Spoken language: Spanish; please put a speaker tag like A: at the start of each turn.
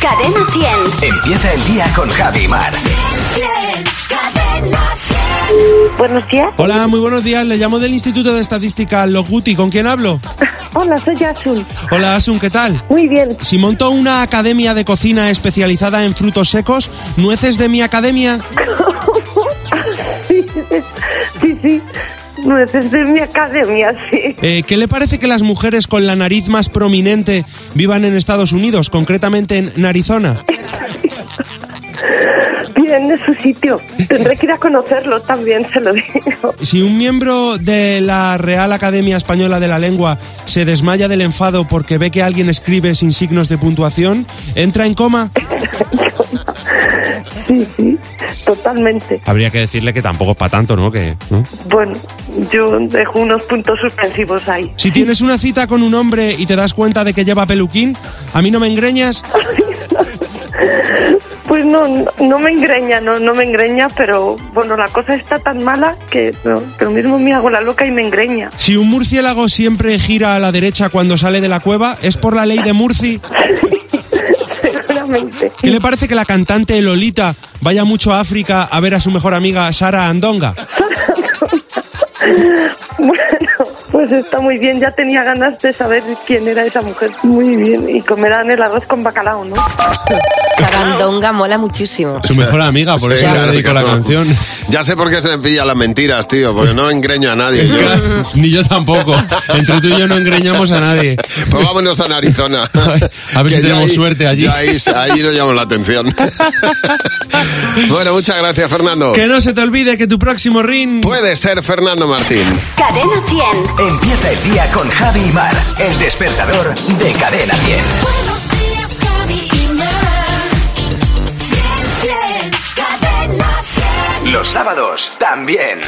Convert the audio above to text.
A: Cadena 100.
B: Empieza el día con Javi Mar.
A: Cadena 100.
C: Buenos días.
D: Hola, muy buenos días. Le llamo del Instituto de Estadística Loguti. ¿Con quién hablo?
C: Hola, soy Azul.
D: Hola, Asun, ¿qué tal?
C: Muy bien.
D: Si montó una academia de cocina especializada en frutos secos, ¿nueces de mi academia?
C: Sí, sí. sí. No, es de mi academia, sí.
D: Eh, ¿Qué le parece que las mujeres con la nariz más prominente vivan en Estados Unidos, concretamente en Arizona?
C: Bien, de su sitio. Tendré que ir a conocerlo también, se lo digo.
D: Si un miembro de la Real Academia Española de la Lengua se desmaya del enfado porque ve que alguien escribe sin signos de puntuación, ¿entra en coma?
C: Sí, sí, totalmente.
E: Habría que decirle que tampoco es para tanto, ¿no? Que, ¿no?
C: Bueno, yo dejo unos puntos suspensivos ahí.
D: Si tienes una cita con un hombre y te das cuenta de que lleva peluquín, ¿a mí no me engreñas?
C: Pues no, no, no me engreña, no, no me engreña, pero bueno, la cosa está tan mala que no, pero mismo me hago la loca y me engreña.
D: Si un murciélago siempre gira a la derecha cuando sale de la cueva, ¿es por la ley de Murci?
C: Seguramente.
D: ¿Qué le parece que la cantante Lolita vaya mucho a África a ver a su mejor amiga Sara Andonga?
C: Bueno, pues está muy bien. Ya tenía ganas de saber quién era esa mujer. Muy bien. Y comerán el arroz con bacalao, ¿no?
F: Sarandonga mola muchísimo.
D: Su mejor amiga, por eso le dedico la canción.
G: Ya sé por qué se me pillan las mentiras, tío, porque no engreño a nadie. yo.
D: Ni yo tampoco. Entre tú y yo no engreñamos a nadie.
G: Pues vámonos a Arizona.
D: A ver
G: Que
D: si
G: ya
D: tenemos
G: ahí-
D: suerte allí.
G: ya Ahí, ahí nos llama la atención. bueno, muchas gracias, Fernando.
D: Que no se te olvide que tu próximo ring...
G: Puede ser Fernando Martín.
A: Cadena 100.
B: Empieza el día con Javi Mar. El despertador de Cadena 10.
A: Buenos días, Javi y Mar. 100, 100, Cadena 100.
B: Los sábados también.